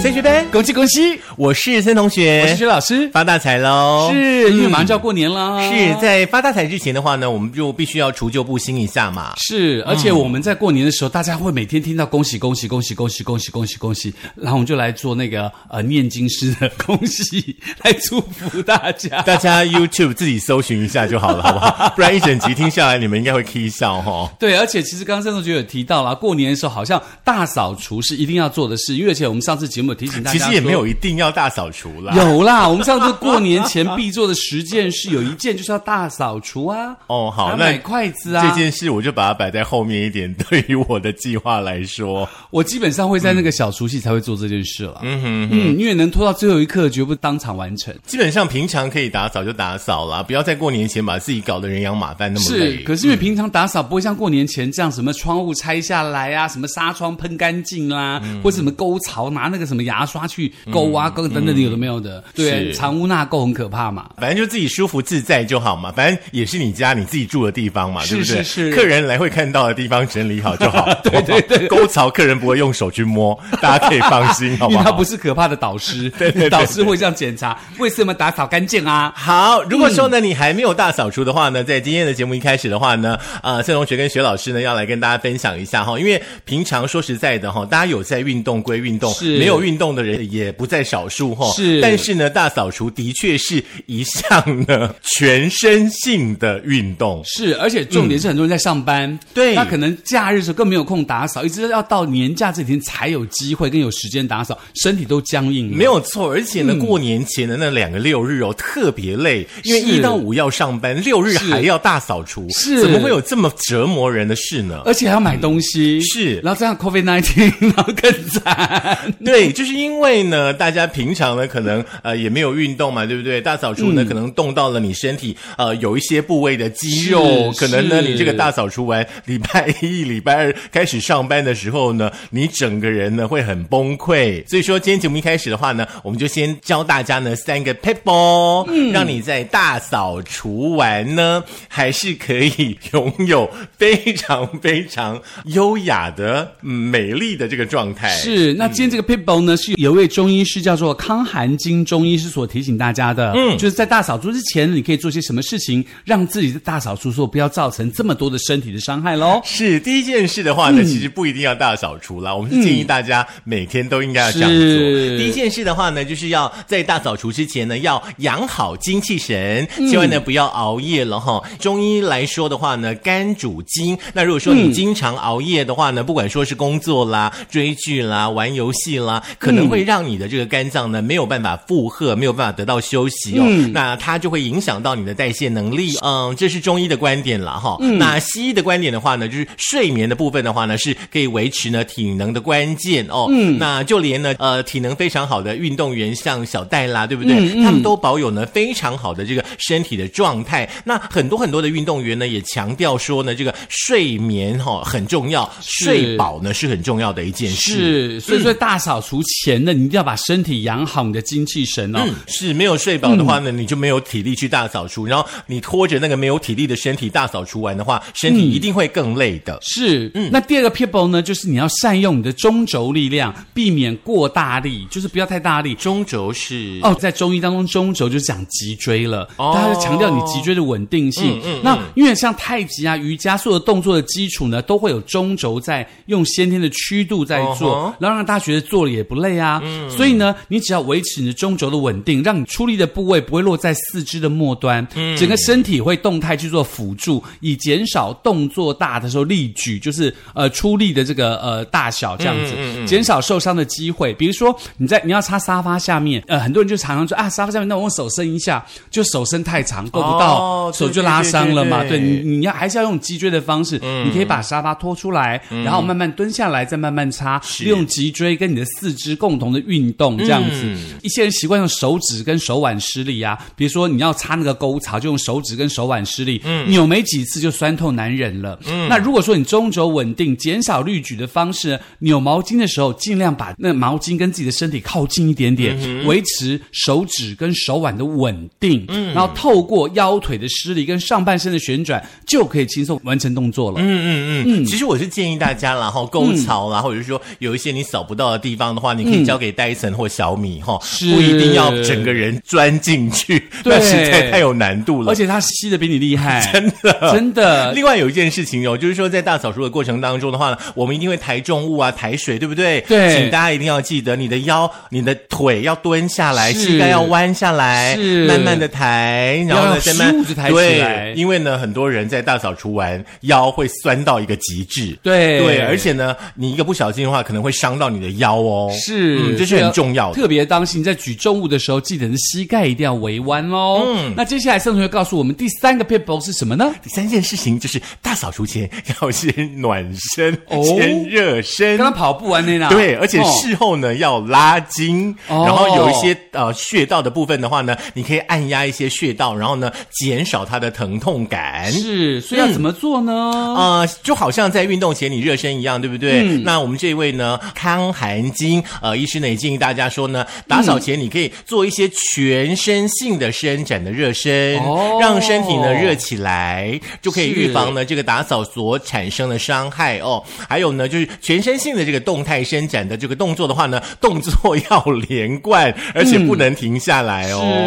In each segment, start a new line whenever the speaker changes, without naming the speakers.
森学班，
恭喜恭喜！
我是森同学，
我是薛老师，
发大财喽！嗯
是因为马上就要过年啦，
哦是在发大财之前的话呢，我们就必须要除旧布新一下嘛。
是，而且我们在过年的时候，大家会每天听到恭喜恭喜恭喜恭喜恭喜恭喜恭喜，然后我们就来做那个呃念经师的恭喜，来祝福 大家。
大家 YouTube 自己搜寻一下就好了，好不 好？不然一整集听下来，你们应该会 k 笑哦哈。
对，而且其实刚刚郑同学有提到啦，过年的时候好像大扫除是一定要做的事，因为而且我们上次节目有提醒大家
其
说，
实也 没有一定要大扫除啦。
有啦，我们上次过年前必做的十件事，有一件就是要大扫除啊。
哦好
还要
那
买筷子啊。
这件事我就把它摆在后面一点。对于我的计划来说，
我基本上会在那
嗯
个小除夕才会做这件事了。嗯哼嗯，因为能拖到最后一刻，绝不当场完成。
基本上平常可以打扫就打扫啦，不要在过年前把自己搞得人仰马翻那么
是
累，。嗯
可是因为平常打扫不会像过年前这样，什么窗户拆下来啊，什么纱窗喷干净啦、
嗯
或者什么沟槽拿那个什么牙刷去勾啊勾等等的，有的没有的。
嗯
对，
是
藏污纳垢很可怕嘛。
反正就自己舒服自在就好嘛，反正也是你家你自己住的地方嘛，
是
对不对？
是是
客人来会看到的地方整理好就 好。对对对，沟槽客人不会用手去摸，大家可以放心，好
因
不
为他
好？
不是可怕的导师，
对对对
导师会这样检查为什么打扫干净啊？
好，如果说呢、你还没有大扫除的话呢，在今天的节目一开始的话呢，呃，谢同学跟学老师呢要来跟大家分享一下哈，因为平常说实在的哈，大家有在运动归运动，
是
没有运动的人也不在少数哈，
是
但是呢，大扫除的确是一项呢全身性的运动，
是，而且重点是很多人在上班，
嗯对
那可能假日的时候更没有空打扫，一直要到年假这几天才有机会跟有时间打扫，身体都僵硬了。
没有错，而且呢，过年前的那两个六日哦，特别累，因为
嗯是
一到五要上班，六日
是
还要大扫除，
是
怎么会有这么折磨人的事呢？
而且还要买东西，
嗯是哎
然后这样 COVID nineteen，然 后更惨。
对，就是因为呢，大家平常呢可能呃也没有运动嘛，对不对？大扫除呢、可能动到了你身体呃有一些部位的肌肉，
是
可能呢
是
你呃这个大扫除完，礼拜一、礼拜二开始上班的时候呢，你整个人呢会很崩溃。所以说今天节目一开始的话呢，我们就先教大家呢三个 p e p l e 让你在大扫除完呢，还是可以拥有非常非常优雅的、嗯美丽的这个状态。
是，
嗯
那今天这个 people 呢，是有一位中医师叫做康寒金中医师所提醒大家的，嗯，就是在大扫除之前，你可以做些什么事情，让自己在大扫除的时候不要造成这么多的身体的伤害喽。
是第一件事的话呢，其实不一定要大扫除啦。我们是建议大家每天都应该要这样做。
是
第一件事的话呢，就是要在大扫除之前呢，要养好精气神，千万呢不要熬夜了哈。中医来说的话呢，肝主筋。那如果说你经常熬夜的话呢，不管说是工作啦、追剧啦、玩游戏啦，可能会让你的这个肝脏呢没有办法负荷，没有办法得到休息哦。那它就会影响到你的代谢能力。嗯，这是中医的观点啦哈。那西医的观点的话呢，就是睡眠的部分的话呢，是可以维持呢体能的关键哦。嗯，那就连呢呃体能非常好的运动员，像小戴啦，对不对？他们都保有呢非常好的这个身体的状态。那很多很多的运动员呢，也强调说呢，这个睡眠哈、很重要，
是
睡饱呢是很重要的一件事。
是，所以说大扫除前呢，你一定要把身体养好，你的精气神哦。
嗯，是没有睡饱的话呢，
嗯
你就没有体力去大扫除，然后你拖着那个没有体力的身体大扫除完的话，身
嗯
体一定会更累的。
是，那第二个 people 呢，就是你要善用你的中轴力量，避免过大力，就是不要太大力。
中轴是
哦，在中医当中，中轴就是讲脊椎了，
哦嗯
它是强调你脊椎的稳定性。那因为像太极啊、瑜伽所有动作的基础呢，都会有中轴在用先天的曲度在做，
哦吼嗯
然后让大家觉得做了也不累啊。所以呢，你只要维持你的中轴的稳定，让你出力的部位不会落在四肢的末端，
嗯
整个身体会动态去做辅助，以减少动作大的时候力举，就是呃出力的这个呃大小这样子，
嗯
减少受伤的机会。比如说你在你要擦沙发下面，呃，很多人就常常说啊，沙发下面那我用手伸一下，就手伸太长够不到，
哦
手
对
就
对
拉
对
伤
对
了嘛。
对嗯
对你你要还是要用脊椎的方式，你可以把沙发拖出来，然后慢慢蹲下来，再慢慢擦，利用脊椎跟你的四肢共同的运
嗯
动这样子。一些人习惯用手指跟手腕施力啊，比如说你要擦那个沟槽，就用手指跟手腕施力，
嗯
扭没几次就酸痛难忍了。那如果说你中轴稳定，减少滤举的方式呢，扭毛巾的时候尽量把那毛巾跟自己的身体靠近一点点，
嗯
维持手指跟手腕的稳定，
嗯
然后透过腰腿的施力跟上半身的旋转，就可以轻松完成动作了。
嗯嗯嗯，其实我是建议大家啦，
嗯
哈，沟槽啦，或者是说有一些你扫不到的地方的话，你可以交给戴森或小米哈，
嗯是
不一定要整个人钻进去，
对
那实在太有难度了
而。且他吸的比你 厉害，真的真的。
另外有一件事情哦，就是说在大扫除的过程当中的话呢，我们一定会抬重物啊，抬水，对不对？
对
请大家一定要记得，你的腰、你的腿要蹲下来，
是
膝盖要弯下来，
是
慢慢的抬，然后
要
呢，再慢
竖着抬起来
对，因为呢，很多人在大扫除完腰会酸到一个极致，
对
对，而且呢，你一个不小心的话，可能会伤到你的腰哦，
是、啊
嗯这是很重要的。
特别当心在举重物的时候，记得你的膝盖一定要围弯哦。嗯，那接下来盛同学告诉我们第三个 p i p l e 是什么呢？
第三件事情就是大扫除前要先暖身，
哦
先热身，
刚刚跑步完那啦，
对，而且
哦
事后呢、要拉筋，
哦
然后有一些呃穴道的部分的话呢，你可以按压一些穴道，然后呢减少它的疼痛感。
是，
嗯
所以要怎么做呢？
啊、就好像在运动前你热身一样，对不对？
嗯
那我们这位呢，康寒金呃医师呢也建议大家说呢，打扫前你可以做一些全身性的伸展的热身，
哦
让身体呢热起来，就可以
是
预防呢这个打扫所产生的伤害哦。还有呢，就是全身性的这个动态伸展的这个动作的话呢，动作要连贯，而且不能停下来哦。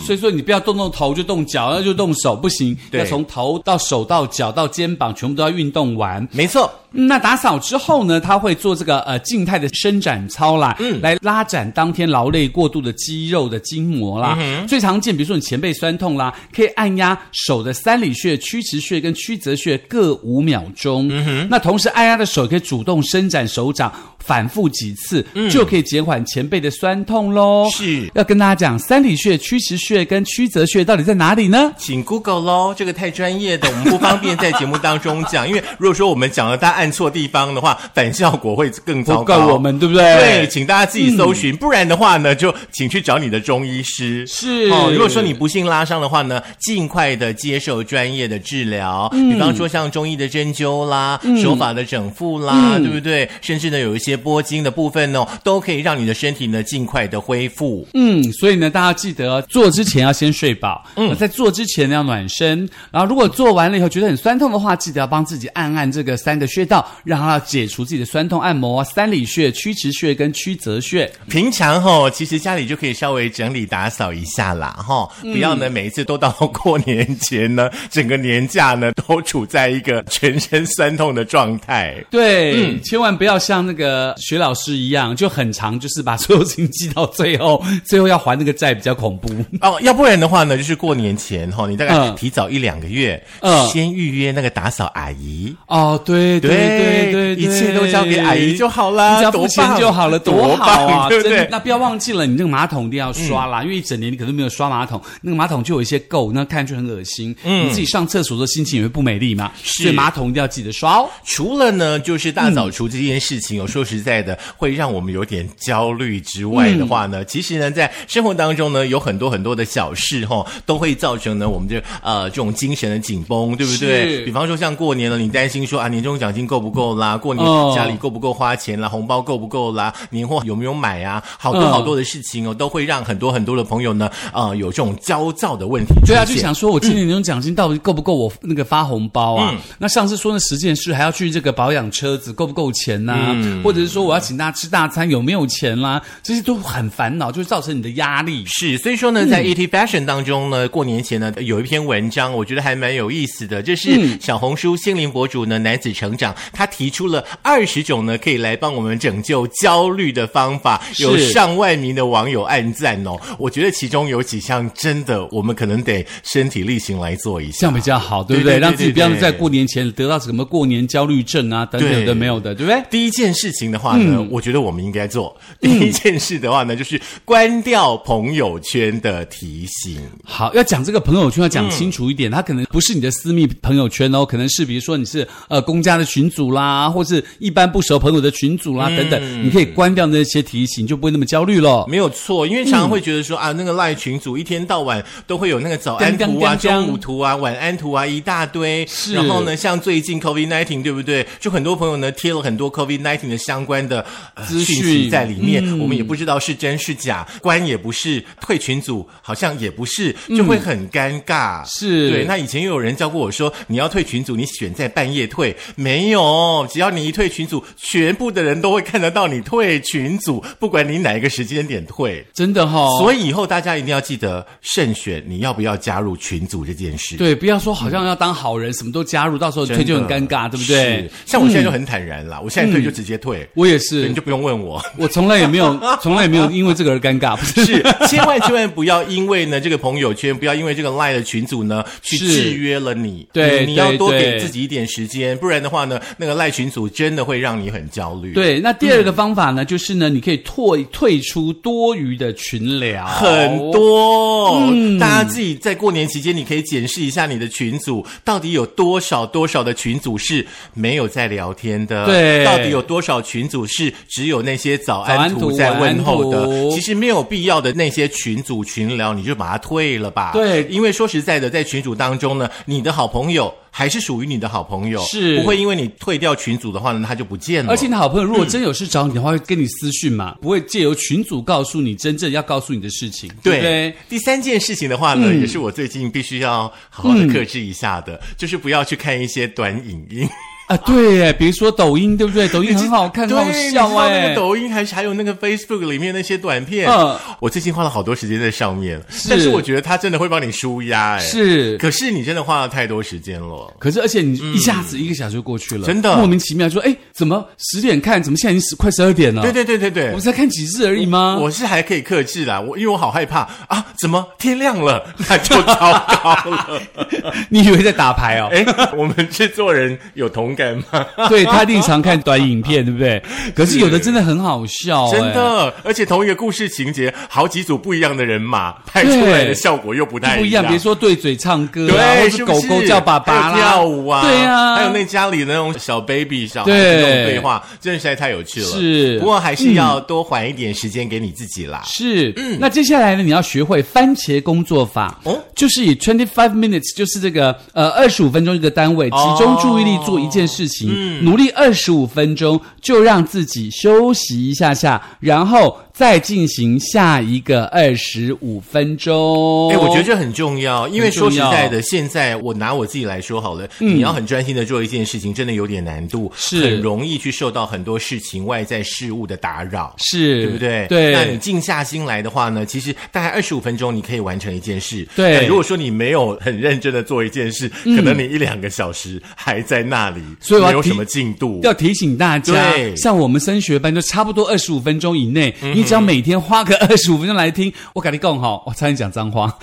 是，所以说你不要动动头就动脚，那就动手，不行，
对
要从头到手到脚到肩膀，全部都要运动完。
没错。
嗯那打扫之后呢，他会做这个呃静态的伸展操啦，嗯，来拉展当天劳累过度的肌肉的筋膜啦。
嗯
最常见，比如说你前背酸痛啦，可以按压手的三里穴、曲池穴跟曲泽穴各五秒钟。
嗯
那同时按压的手可以主动伸展手掌，反复几次，就可以减缓前背的酸痛
嗯
喽。
是
要跟大家讲，三里穴、曲池穴跟曲泽穴到底在哪里呢？
请 Google 喽，这个太专业的，我们不方便在节目当中讲，因为如果说我们讲了，大家按错地方的话，反效果会更糟
不
糕。
够我们对哎嗯不对？
对，请大家自己搜寻，不然的话呢，就请去找你的中医师。
是
哦，如果说你不幸拉伤的话呢，尽快的接受专业的治疗，
嗯
比方说像中医的针灸啦、手法的整复啦，
嗯
对不对？甚至呢，有一些拨筋的部分哦，都可以让你的身体呢尽快的恢复。
嗯，所以呢，大家记得做之前要先睡饱，嗯，在做之前呢要暖身，然后如果做完了以后觉得很酸痛的话，记得要帮自己按按这个三个穴道，让它解除自己的酸痛按摩啊，三里穴、曲池穴跟曲泽穴。
平常哦，其实家里就可以稍微整理打扫一下啦，哈、不要
嗯
呢每一次都到过年前呢， 整个年假呢都处在一个全身酸痛的状 态。
对，千万不要像那个学老师一样，就很长，就是把所有事情记到最后，最后要还那个债比较恐怖。
哦，要不然的话呢，就是过年前哈、你大概
嗯
提早一两个月，
嗯
先预约那个打扫阿姨。
哦，对对对对，
一切都交给阿姨就好啦
你只要付钱
多棒
就好了，
多
多好
棒
啊！
对不对
真的那不要忘记了，你那个马桶一定要刷
嗯
啦，因为一整年你可能没有刷马桶，那个马桶就有一些垢，那看上去很恶心。
嗯
你自己上厕所的时候心情也会不美丽嘛，所以马桶一定要记得刷哦。
除了呢，就是大扫除这件
嗯
事情，有、说实在的，会让我们有点焦虑之外的话
嗯
呢，其实呢，在生活当中呢，有很多很多的小事哈、都会造成呢我们这呃这种精神的紧绷，对不对？
是
比方说像过年了，你担心说啊，年终奖金够不够啦？过年
哦
家里够不够花钱啦？红包够不够啦？年货有没有买啊？好多
嗯
好多的事情哦，都会让很多很多的朋友呢，呃，有这种焦躁的问题出
对啊，就
现
想说我今年年终奖金到底够不够我那个发红包
嗯
啊？那上次说那十件事，还要去这个保养车子，够不够钱呐、
嗯
或者是说我要请大家吃大餐，有没有钱啦、这些都很烦恼，就会造成你的压力。
是，所以说呢，在 ET Fashion 当中呢，过年前呢有一篇文章，我觉得还蛮有意思的，这是小红书心灵博主呢男子成长，他提出了二十种呢可以来帮我们拯救焦虑的方法，有
是
上万名的网友按赞哦。我觉得其中有几项真的，我们可能得身体力行来做一
这
下。
样比较好，对不
对对
对？
对
让自己不
对
要
对
在过年前得到什么过年焦虑症啊等等
对
的没有的，对不对？
第一件事情心的话呢，我觉得我们应该做第一件事的话呢，就是关掉朋友圈的提醒。
好，要讲这个朋友圈要讲清楚一点，它可能不是你的私密朋友圈哦，可能是比如说你是呃公家的群组啦，或是一般不熟朋友的群组
嗯
啦、等等，你可以关掉那些提醒，就不会那么焦虑咯。
没有错，因为常常会觉得
嗯
说、啊，那个赖群组一天到晚都会有那个早安
当
图啊、
当当
中午图啊、晚安图啊一大堆。
是
然后呢，像最近 COVID nineteen 对不对？就很多朋友呢贴了很多 COVID nineteen 的相关的、呃
资讯嗯
讯息在里面，我们也不知道是真是假，关也不是，退群组好像也不是，
嗯
就会很尴尬。
是
对。那以前又有人教过我说，你要退群组，你选在半夜退，没有，只要你一退群组，全部的人都会看得到你退群组，不管你哪一个时间点退。
真的哈、哦，
所以以后大家一定要记得慎选你要不要加入群组这件事。
对，不要说好像要当好人，什么都加入，到时候
真
退
的，
就很尴尬，对不对嗯
是？像我现在就很坦然啦，我现在退就直接退，
我也
对
是
你就，不用问我。
我从来也没有，从来也没有因为这个而尴尬，不是
是，千万千万不要因为呢这个朋友圈，不要因为这个 Line 的群组呢去
是
制约了你。
对
你你要
对
多
对
给自己一点时间，不然的话呢，那个 Line 群组真的会让你很焦虑。。
对，那第二个方法呢，就是呢，你可以退退出多余的群聊，
很。多，大家自己在过年期间，你可以检视一下你的群组到底有多少多少的群组是没有在聊天的，
对
到底有多少群组是只有那些早
早
安
安图
图在问候
晚安
的。
图
其实没有必要的那些群组群聊，你就把它退了吧。
对
因为说实在的，在群组当中呢，你的好朋友。还是属于你的好朋友，
是
不会因为你退掉群组的话呢，他就不见了。
而且你的好朋友如果真有事找你的话，会跟你私讯嘛，不会借由群组告诉你真正要告诉你的事情，对不嗯对？
第三件事情的话呢，也是我最近必须要好好的克制一下
嗯
的，就是不要去看一些短影音，
啊，对耶，比如说抖音，对不对？抖音很好看，很好
对，你知
笑
道那
哎
个。抖音还是还有那个 Facebook 里面那些短片，
嗯
我最近花了好多时间在上面，但是我觉得它真的会帮你舒压，哎，，
是，
可是你真的花了太多时间了。
可是而且你一下子一个小时就过去了，
嗯真的
莫名其妙说，哎，怎么十点看，怎么现在已经十快十二点了？
对，对对对对
嗯我，才看几日而已吗？
我是还可以克制啦，我因为我好害怕啊，怎么天亮了，那就糟糕了。
你以为在打牌哦？
哎，我们制作人有同感吗？
对他一定常看短影片，对不对？可是有的真的很好笑、
真
哎。
的，而且同一个故事情节，好几组不一样的人马拍出来的效果又不太
不一样，
样。
比如说对嘴唱歌啊，
哎对，
或
是
是
不
狗
是
狗叫爸爸
还
啦，
有跳舞啊，
对啊，
还有那家里的那种小 baby 小孩
对
的那种对话，真的实在太有趣了。
是嗯
不过还是要多还一点时间给你自己啦。
是，那接下来呢，你要学会番茄工作法，
嗯哦
就是以 twenty five minutes，就是这个呃二十五分钟一个单位，集中注意力做一件事情，
嗯
努力二十五分钟，就让自己休息一下下，然后再进行下一个二十五分钟。
哎，我觉得这很重要，因为
哦很重
说实
要嗯
在的，现在我拿我自己来说好了，你要很专心的做一件事情，真的有点难度，
是
很容易去受到很多事情外在事物的打扰。
是，
对不对？
对，
那你静下心来的话呢，其实大概二十五分钟你可以完成一件事。
对嗯
那如果说你没有很认真的做一件事，可能你一两个小时还在那里，
所以我要
没有
提
什么进度。
要提醒大家，
对嗯
像我们升学班就差不多二十五分钟以内，你只要每天花个 二十五分钟来听，我跟你讲哈，我差点讲 脏话，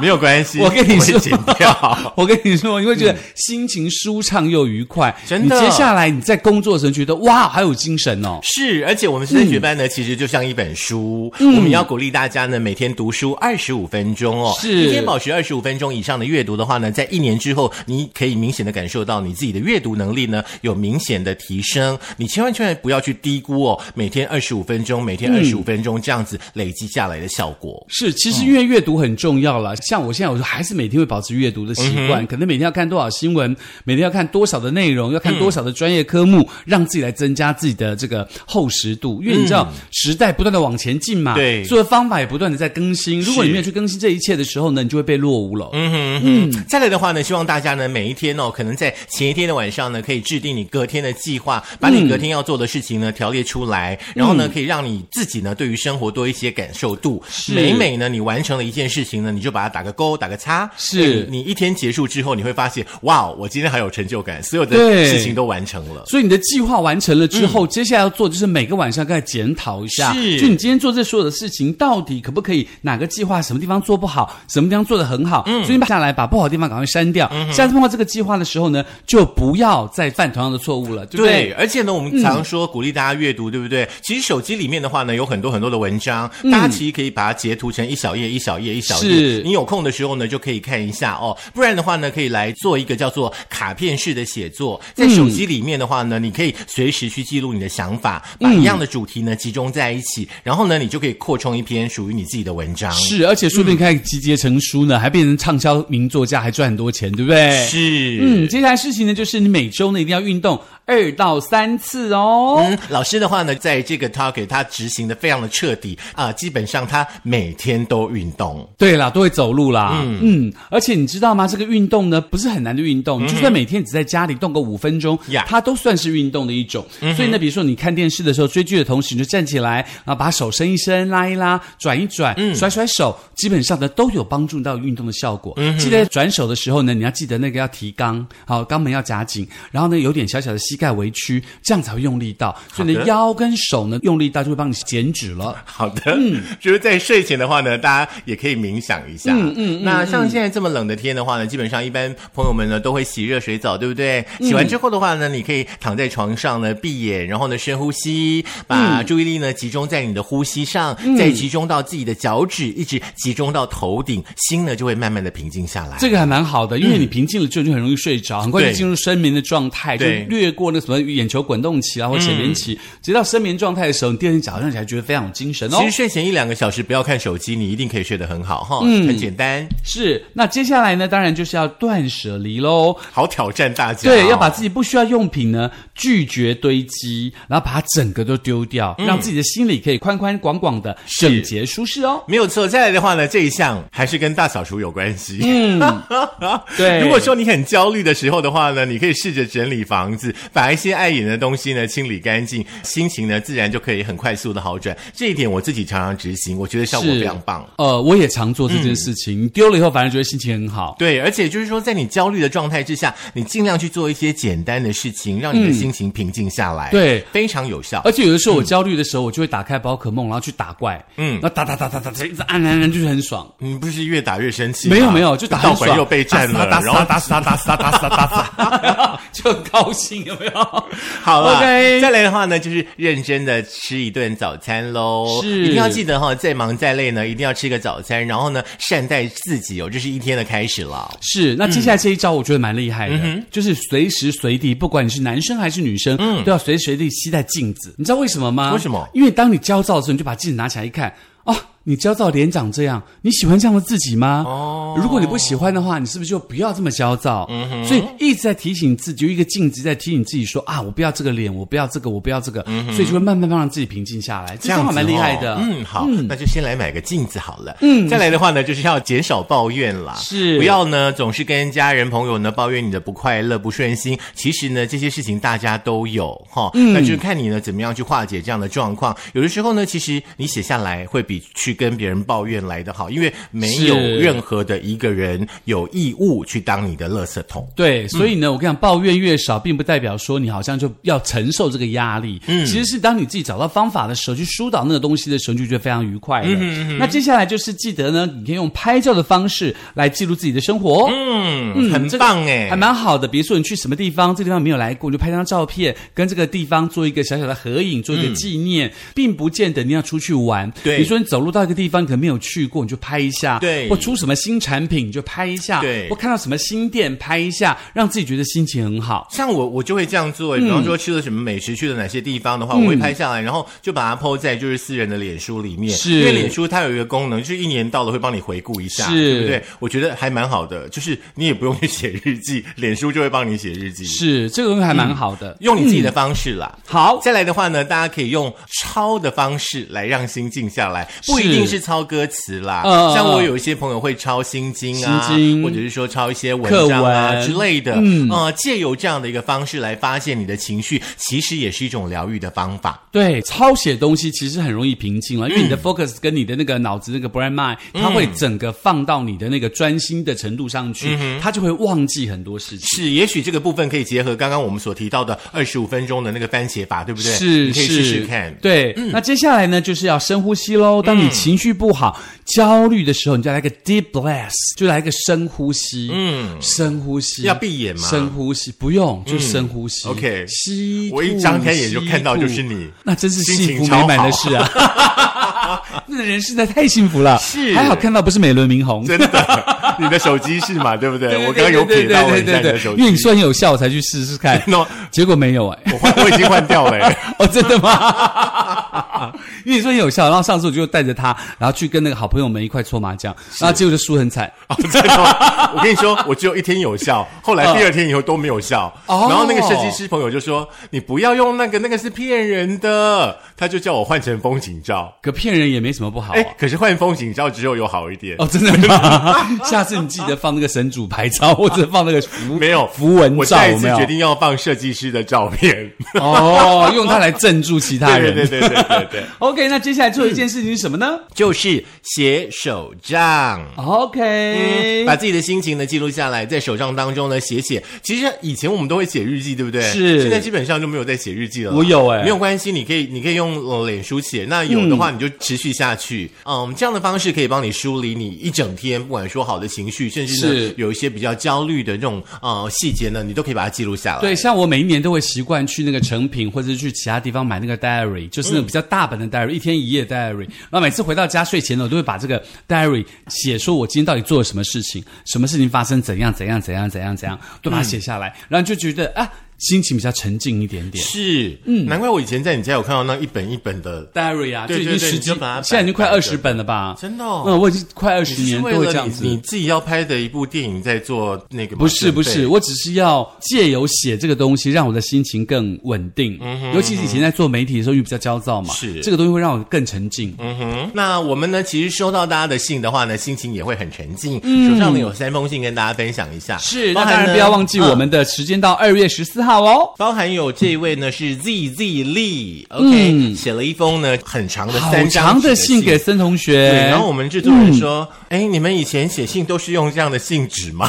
没有关系，
我跟你
会
说
剪掉。
我跟你说，你会觉得心情舒畅又愉快。
真的
你接下来你在工作的时候觉得哇，好有精神哦。
是，而且我们升学班呢，其实就像一本书，我们要鼓励大家呢，每天读书二十五分钟哦，
是
一天保持二十五分钟以上的阅读的话呢，在一年之后，你可以明显的感受到你自己的阅读能力呢有明显的提升。你千万千万不要去低估哦，每天二十五分钟，每天二十五分钟这样子累积下来的效果。
是，其实因为阅读很重要了。像我现在，我还是每天会保持阅读的习惯，可能每天要看多少新闻，每天要看多少的内容，要看多少的专业科目，让自己来增加自己的这个厚实度。因为你知道、时代不断的往前进嘛，
对
所有的方法也不断的在更新。如果你没有去更新这一切的时候呢，你就会被落伍了。嗯
再来的话呢，希望大家呢每一天哦，可能在前一天的晚上呢，可以制定你隔天的计划，把你隔天要做的事情呢条列出来，然后呢，
嗯
可以让你自己呢对于生活多一些感受度。
是
每每呢你完成了一件事情呢，你就把它打个勾，打个叉。
是
哎你你一天结束之后，你会发现，哇，我今天好有成就感，所有的
对
事情都完成了。
所以你的计划完成了之后，接下来要做就是每个晚上该检讨一下，
嗯是
就你今天做这所有的事情，到底可不可以哪个计划什么地方做不好，什么地方做得很好，
嗯
所以你把下来把不好的地方赶快删掉。下次碰到这个计划的时候呢，就不要再犯同样的错误了，对不对？嗯
而且呢，我们常说鼓励大家阅读，对不对？其实手机里面的话呢，有很多很多的文章，大家其实可以把它截图成一小页、一小页、一小页
嗯是。
你有空的时候呢，就可以看一下哦。不然的话呢，可以来做一个叫做卡片式的写作。
嗯
在手机里面的话呢，你可以随时去记录你的想法，把一样的主题呢集中在一起，然后呢，你就可以扩充一篇属于你自己的文章。
是，而且说不定开始集结成书呢，还变成畅销名作家，还赚很多钱，对不对？
嗯是，
嗯，接下来事情呢，就是你每周呢一定要运动二到三次哦。
嗯，老师的话呢，在这个 target 他执行的非常的彻底啊、基本上他每天都运动。
对啦，都会走路啦。嗯而且你知道吗？这个运动呢，不是很难的运动，你就算每天只在家里动个五分钟
嗯呀嗯
它都算是运动的一种。所以呢，比如说你看电视的时候，追剧的同时，你就站起来啊，把手伸一伸，拉一拉，转一转，
嗯
甩甩手，基本上呢都有帮助到运动的效果。
嗯
记得转手的时候呢，你要记得那个要提肛，好，肛门要夹紧，然后呢有点小小的膝盖微屈，这样才会用力道。所以
好
呢，
的
腰跟手呢用力道就会帮你减脂了。
好的，就是在睡前的话呢，大家也可以冥想一下。嗯嗯嗯那像现在这么冷的天的话呢，基本上一般朋友们呢都会洗热水澡，对不对？洗完之后的话呢，你可以躺在床上呢，闭眼，然后呢深呼吸，把注意力呢集中在你的呼吸上，再集中到自己的脚趾，一直集中到头顶，心呢就会慢慢的平静下来。
这个还蛮好的，因为你平静了之后就很容易睡着，很快
嗯对
就进入深眠的状态，就
对嗯
略过那什么眼球滚动期啊或浅眠期，直到深眠状态的时候，你第二天早上起来觉得非常有精神哦
其。实睡前一两个小时不要看手机，你一定可以睡得很好哈，很简单，
是，那接下来呢，当然就是要断舍离喽。
好挑战大家哦、
对，要把自己不需要用品呢拒绝堆积，然后把它整个都丢掉，
嗯
让自己的心里可以宽宽广广的，整洁舒适哦。
没有错，再来的话呢，这一项还是跟大扫除有关系。嗯，
对
如果说你很焦虑的时候的话呢，你可以试着整理房子，把一些碍眼的东西呢清理干净，心情呢自然就可以很快速的好转。这一点我自己常常执行，我觉得效果
是
非常棒。
呃，我也常做这
嗯
件事情，丢了以后反而觉得心情很好。
对，而且就是说，在你焦虑的状态之下，你尽量去做一些简单的事情，让你的心情平静下来。
嗯对哎
非常有效。
而且有的时候我焦虑的时候，我就会打开宝可梦，然后去打怪，
嗯
嗯，那打打打打打打，一直按按按，就是很爽。
你不是越打越生气吗？
没有没有，就打
道
很
馆
爽，
又被占了，
打
然后
死打死打死打死打死打死打死打死，就很高兴，有没 有？
好了
OK
再来的话呢，就是认真的吃一顿早餐喽。
是
一定要记得哈、再忙再累呢，一定要吃个早餐，然后呢，善待自己哦，这是一天的开始了。
是，那
嗯
接下来这一招我觉得蛮厉害的，就是随时随地，不管你是男生还是女生，都要随时随地携带镜子。你知道为什么吗？
嗯为什么
因为当你焦躁的时候，你就把镜子拿起来一看，哦，你焦躁脸长这样，你喜欢这样的自己吗？
哦嗯
哦，如果你不喜欢的话，你是不是就不要这么焦躁？所以一直在提醒自己，有一个镜子在提醒自己说啊，我不要这个脸，我不要这个，我不要这个，所以就会慢慢慢让自己平静下来。这
嗯这样
方
子
法蛮厉
哦
害的。
嗯，好，那就先来买个镜子好了。嗯，再来的话呢，就是要减少抱怨啦，
是
不要呢总是跟家人朋友呢抱怨你的不快乐、不顺心。其实呢，这些事情大家都有哈，
嗯
那就是看你呢怎么样去化解这样的状况。有的时候呢，其实你写下来会比去跟别人抱怨来的好，因为没有
是
任何的一个人有义务去当你的垃圾桶。
对，所以呢，我跟你讲，抱怨越少，并不代表说你好像就要承受这个压力。嗯，其实是当你自己找到方法的时候，去疏导那个东西的时候，你就觉得非常愉快了。那接下来就是记得呢，你可以用拍照的方式来记录自己的生活。哦
嗯，很
这个
棒哎、
还蛮好的，比如说你去什么地方，这个地方没有来过，你就拍张照片，跟这个地方做一个小小的合影，做一个纪念，并不见得你要出去玩。
嗯对
比如说你走路到一个地方，你可能没有去过，你就拍一下；
对
或出什么新产品，你就拍一下；
对
或看到什么新店，拍一下，让自己觉得心情很好。
像我，我就会这样
嗯
做。比方说吃了什么美食，去了哪些地方的话，我会拍下来，然后就把它 PO 在就是私人的脸书里面。
是
因为脸书它有一个功能，就是一年到了会帮你回顾一下，
是
对不对？我觉得还蛮好的，就是你也不用去写日记，脸书就会帮你写日记，
是嗯这个东西还蛮好的。
用你自己的方式啦。
好，
再来的话呢，大家可以用抄的方式来让心静下来，不一一定是抄歌词啦。
嗯
像我有一些朋友会抄《心经》啊，
心经
或者是说抄一些文章啊
课文
之类的。嗯，呃，借由这样的一个方式来发泄你的情绪，其实也是一种疗愈的方法。
对，抄写东西其实很容易平静了，因为你的
嗯
focus 跟你的那个脑子那个 brain mind，、它会整个放到你的那个专心的程度上去，
嗯
它就会忘记很多事情。
是，也许这个部分可以结合刚刚我们所提到的二十五分钟的那个番茄法，对不对？
是，
你可以试试
是
看。嗯
对，那接下来呢，就是要深呼吸喽。当你情绪不好、焦虑的时候，你就来个 deep bless，就来个深呼吸。嗯，深呼吸。
要闭眼吗嗯
深呼吸，不用，就深呼吸。
OK
吸吐。
我一张开眼就
吸
看到
吐
就是你
那真是
心
幸福
情超
美满
好
的事啊！ 那人实在太幸福了，
是
还好看到不是美轮明宏。
真的，你的手机是嘛？对不对？
对
我刚刚有瞥
对对
到我一
对
下
对
你的
对
手
对，
机，
因为，你说你有效，我才去试试看
那
结果没有哎。
我换我已经换掉了、欸。
哦，真的吗？ 因为你说你有效，然后上次我就带着他，然后去跟那个好朋友们一块搓麻将，然后结果就输很惨。
哦，真的吗？ 我跟你说，我只有一天有效，后来第二天以后都没有效。
哦
然后那个设计师朋友就说：“你不要用那个，那个是骗人的。”他就叫我换成风景照。
可骗人也没什么不好
哎、
啊。
可是换风景照之后有好一点。
哦，真的吗？ 下次你记得放那个神主牌照，或者放那个符
没有
符文
我
照
下，一
有
次
没有
决？定要放设计师的照片。
哦，用它来镇住其 他
对对
人。
对对对对对，
OK，那接下来做一件事情是什么呢
就是写手账。
？OK，
嗯把自己的心情呢记录下来，在手账当中呢写写。其实以前我们都会写日记，对不对？
是
现在基本上就没有在写日记了啦。啊
我有欸
没有关系，你可以你可以用呃脸书写。那有的
嗯
话你就持续下去。嗯这样的方式可以帮你梳理你一整天，不管说好的情绪，甚至呢
是
有一些比较焦虑的这种呃细节呢，你都可以把它记录下来。
对，像我每一年都会习惯去那个成品，或者是去其他地方买那个 diary，就是那种比较大本的 diary，、一天一夜 diary。然后每次回到家睡前呢，我都会把这个 diary 写，说我今天到底做了什么事情，什么事情发生，怎样怎样怎样怎样怎样，都把它写下来，然后就觉得啊，心情比较沉静一点点。
是，嗯，难怪我以前在你家有看到那一本一本的，
diary 啊，
对
就已
对
经
对
十
你
几
就把它摆，
现在已经快
摆着
二十本了吧？
真的哦
嗯，我已经快二十
你
年
是
都
为
会这
了
样
你
子。
你自己要拍的一部电影在做那个吗？
不是
准
不是，
备，
我只是要借由写这个东西，让我的心情更稳定。尤其是以前在做媒体的时候，因为比较焦躁嘛，
是
这个东西会让我更沉静。
嗯哼，那我们呢，其实收到大家的信的话呢，心情也会很沉静。手上呢有三封信跟大家分享一下，
嗯是，
包
那
含
当然
呢
不要忘记我。
嗯
们的时间到二月十四号哦。
包含有这一位呢是 Z Z Lee，OK，、OK，写了一封呢很长的
嗯好
三张
长
纸
的
的
信给嗯森同学，
对，然后我们制作人说，哎、你们以前写信都是用这样的信纸吗？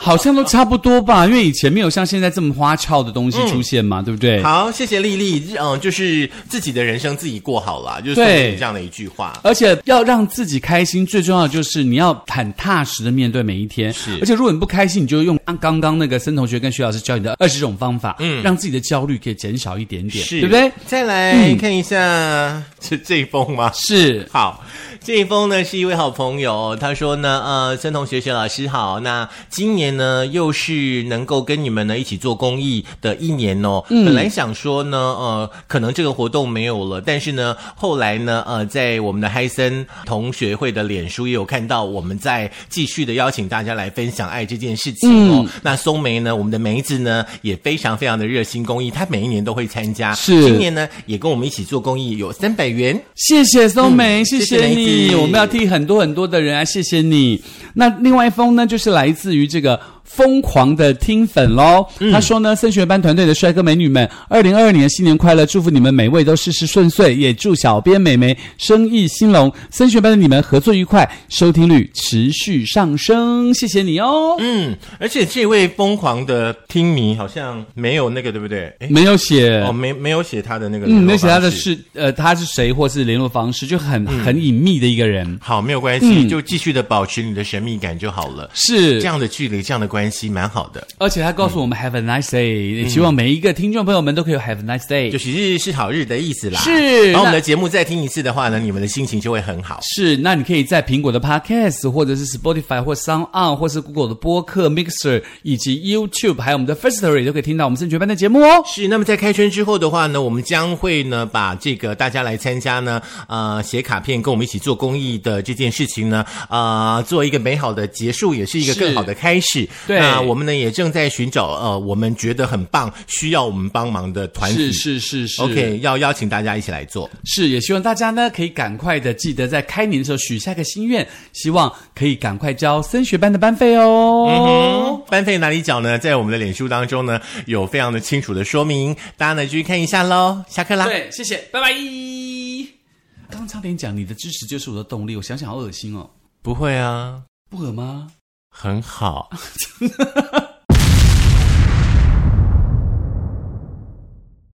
好像都差不多吧，因为以前没有像现在这么花俏的东西出现嘛，对不对？
好，谢谢丽丽，嗯，就是自己的人生自己过好了，就是送给
对
你这样的一句话。
而且要让自己开心，最重要的就是你要很踏实的面对每一天。
是
而且如果你不开心，你就用按刚刚那个森同学跟徐老师教你的二十种方法，嗯，让自己的焦虑可以减少一点点，对不对？？嗯
再来看一下，是这封吗？
是。
好，这一封呢是一位好朋友，他说呢，呃，孙同学、学老师好，那今年呢又是能够跟你们呢一起做公益的一年哦。本来想说呢，呃，可能这个活动没有了，但是呢，后来呢，呃，在我们的嗨森同学会的脸书也有看到，我们在继续的邀请大家来分享爱这件事情哦。那松梅呢，我们的梅子呢也非常非常的热心公益，她每一年都会参加，
是
今年呢也跟我们一起做公益，有三百元。
谢谢松梅，
嗯
谢
谢谢
谢
梅
你，
子
我们要替很多很多的人啊，谢谢你。那另外一封呢，就是来自于这个疯狂的听粉喽。
嗯
他说呢，升学班团队的帅哥美女们，二零二二年新年快乐，祝福你们每位都事事顺遂，也祝小编美眉生意兴隆，升学班的你们合作愉快，收听率持续上升，谢谢你哦。
嗯，而且这位疯狂的听迷好像没有那个，对不对？哎，
没有写
哦，没没有写他的那个，
嗯，没有写他的。是呃他是谁或是联络方式，就很、
嗯
很隐秘的一个人。
好，没有关系，就继续的保持你的神秘感就好了。
嗯是
这样的距离，这样的关系，蛮好的。
而且他告诉我们 “Have a nice day”，、也希望每一个听众朋友们都可以有 “Have a nice day”。
就是日是好日的意思啦。
是
然后我们的
那
节目再听一次的话呢，你们的心情就会很好。
是，那你可以在苹果的 Podcast，或者是 Spotify 或 Sound On，或是 Google 的播客 Mixer，以及 YouTube，还有我们的 First Story 都可以听到我们升学班的节目哦。
是，那么在开春之后的话呢，我们将会呢把这个大家来参加呢，呃，写卡片跟我们一起做公益的这件事情呢，呃，做一个美好的结束，也是一个
是
更好的开始。
对
那我们呢也正在寻找呃，我们觉得很棒、需要我们帮忙的团体。
是是是是
OK，要邀请大家一起来做。
是，也希望大家呢可以赶快的记得在开年的时候许下个心愿，希望可以赶快交升学班的班费哦。
班费哪里缴呢？在我们的脸书当中呢，有非常的清楚的说明，大家呢去看一下喽。下课啦，
对，谢谢，拜拜。刚刚差点讲，你的支持就是我的动力。我想想，好恶心哦，
不会啊，
不恶吗？
很好。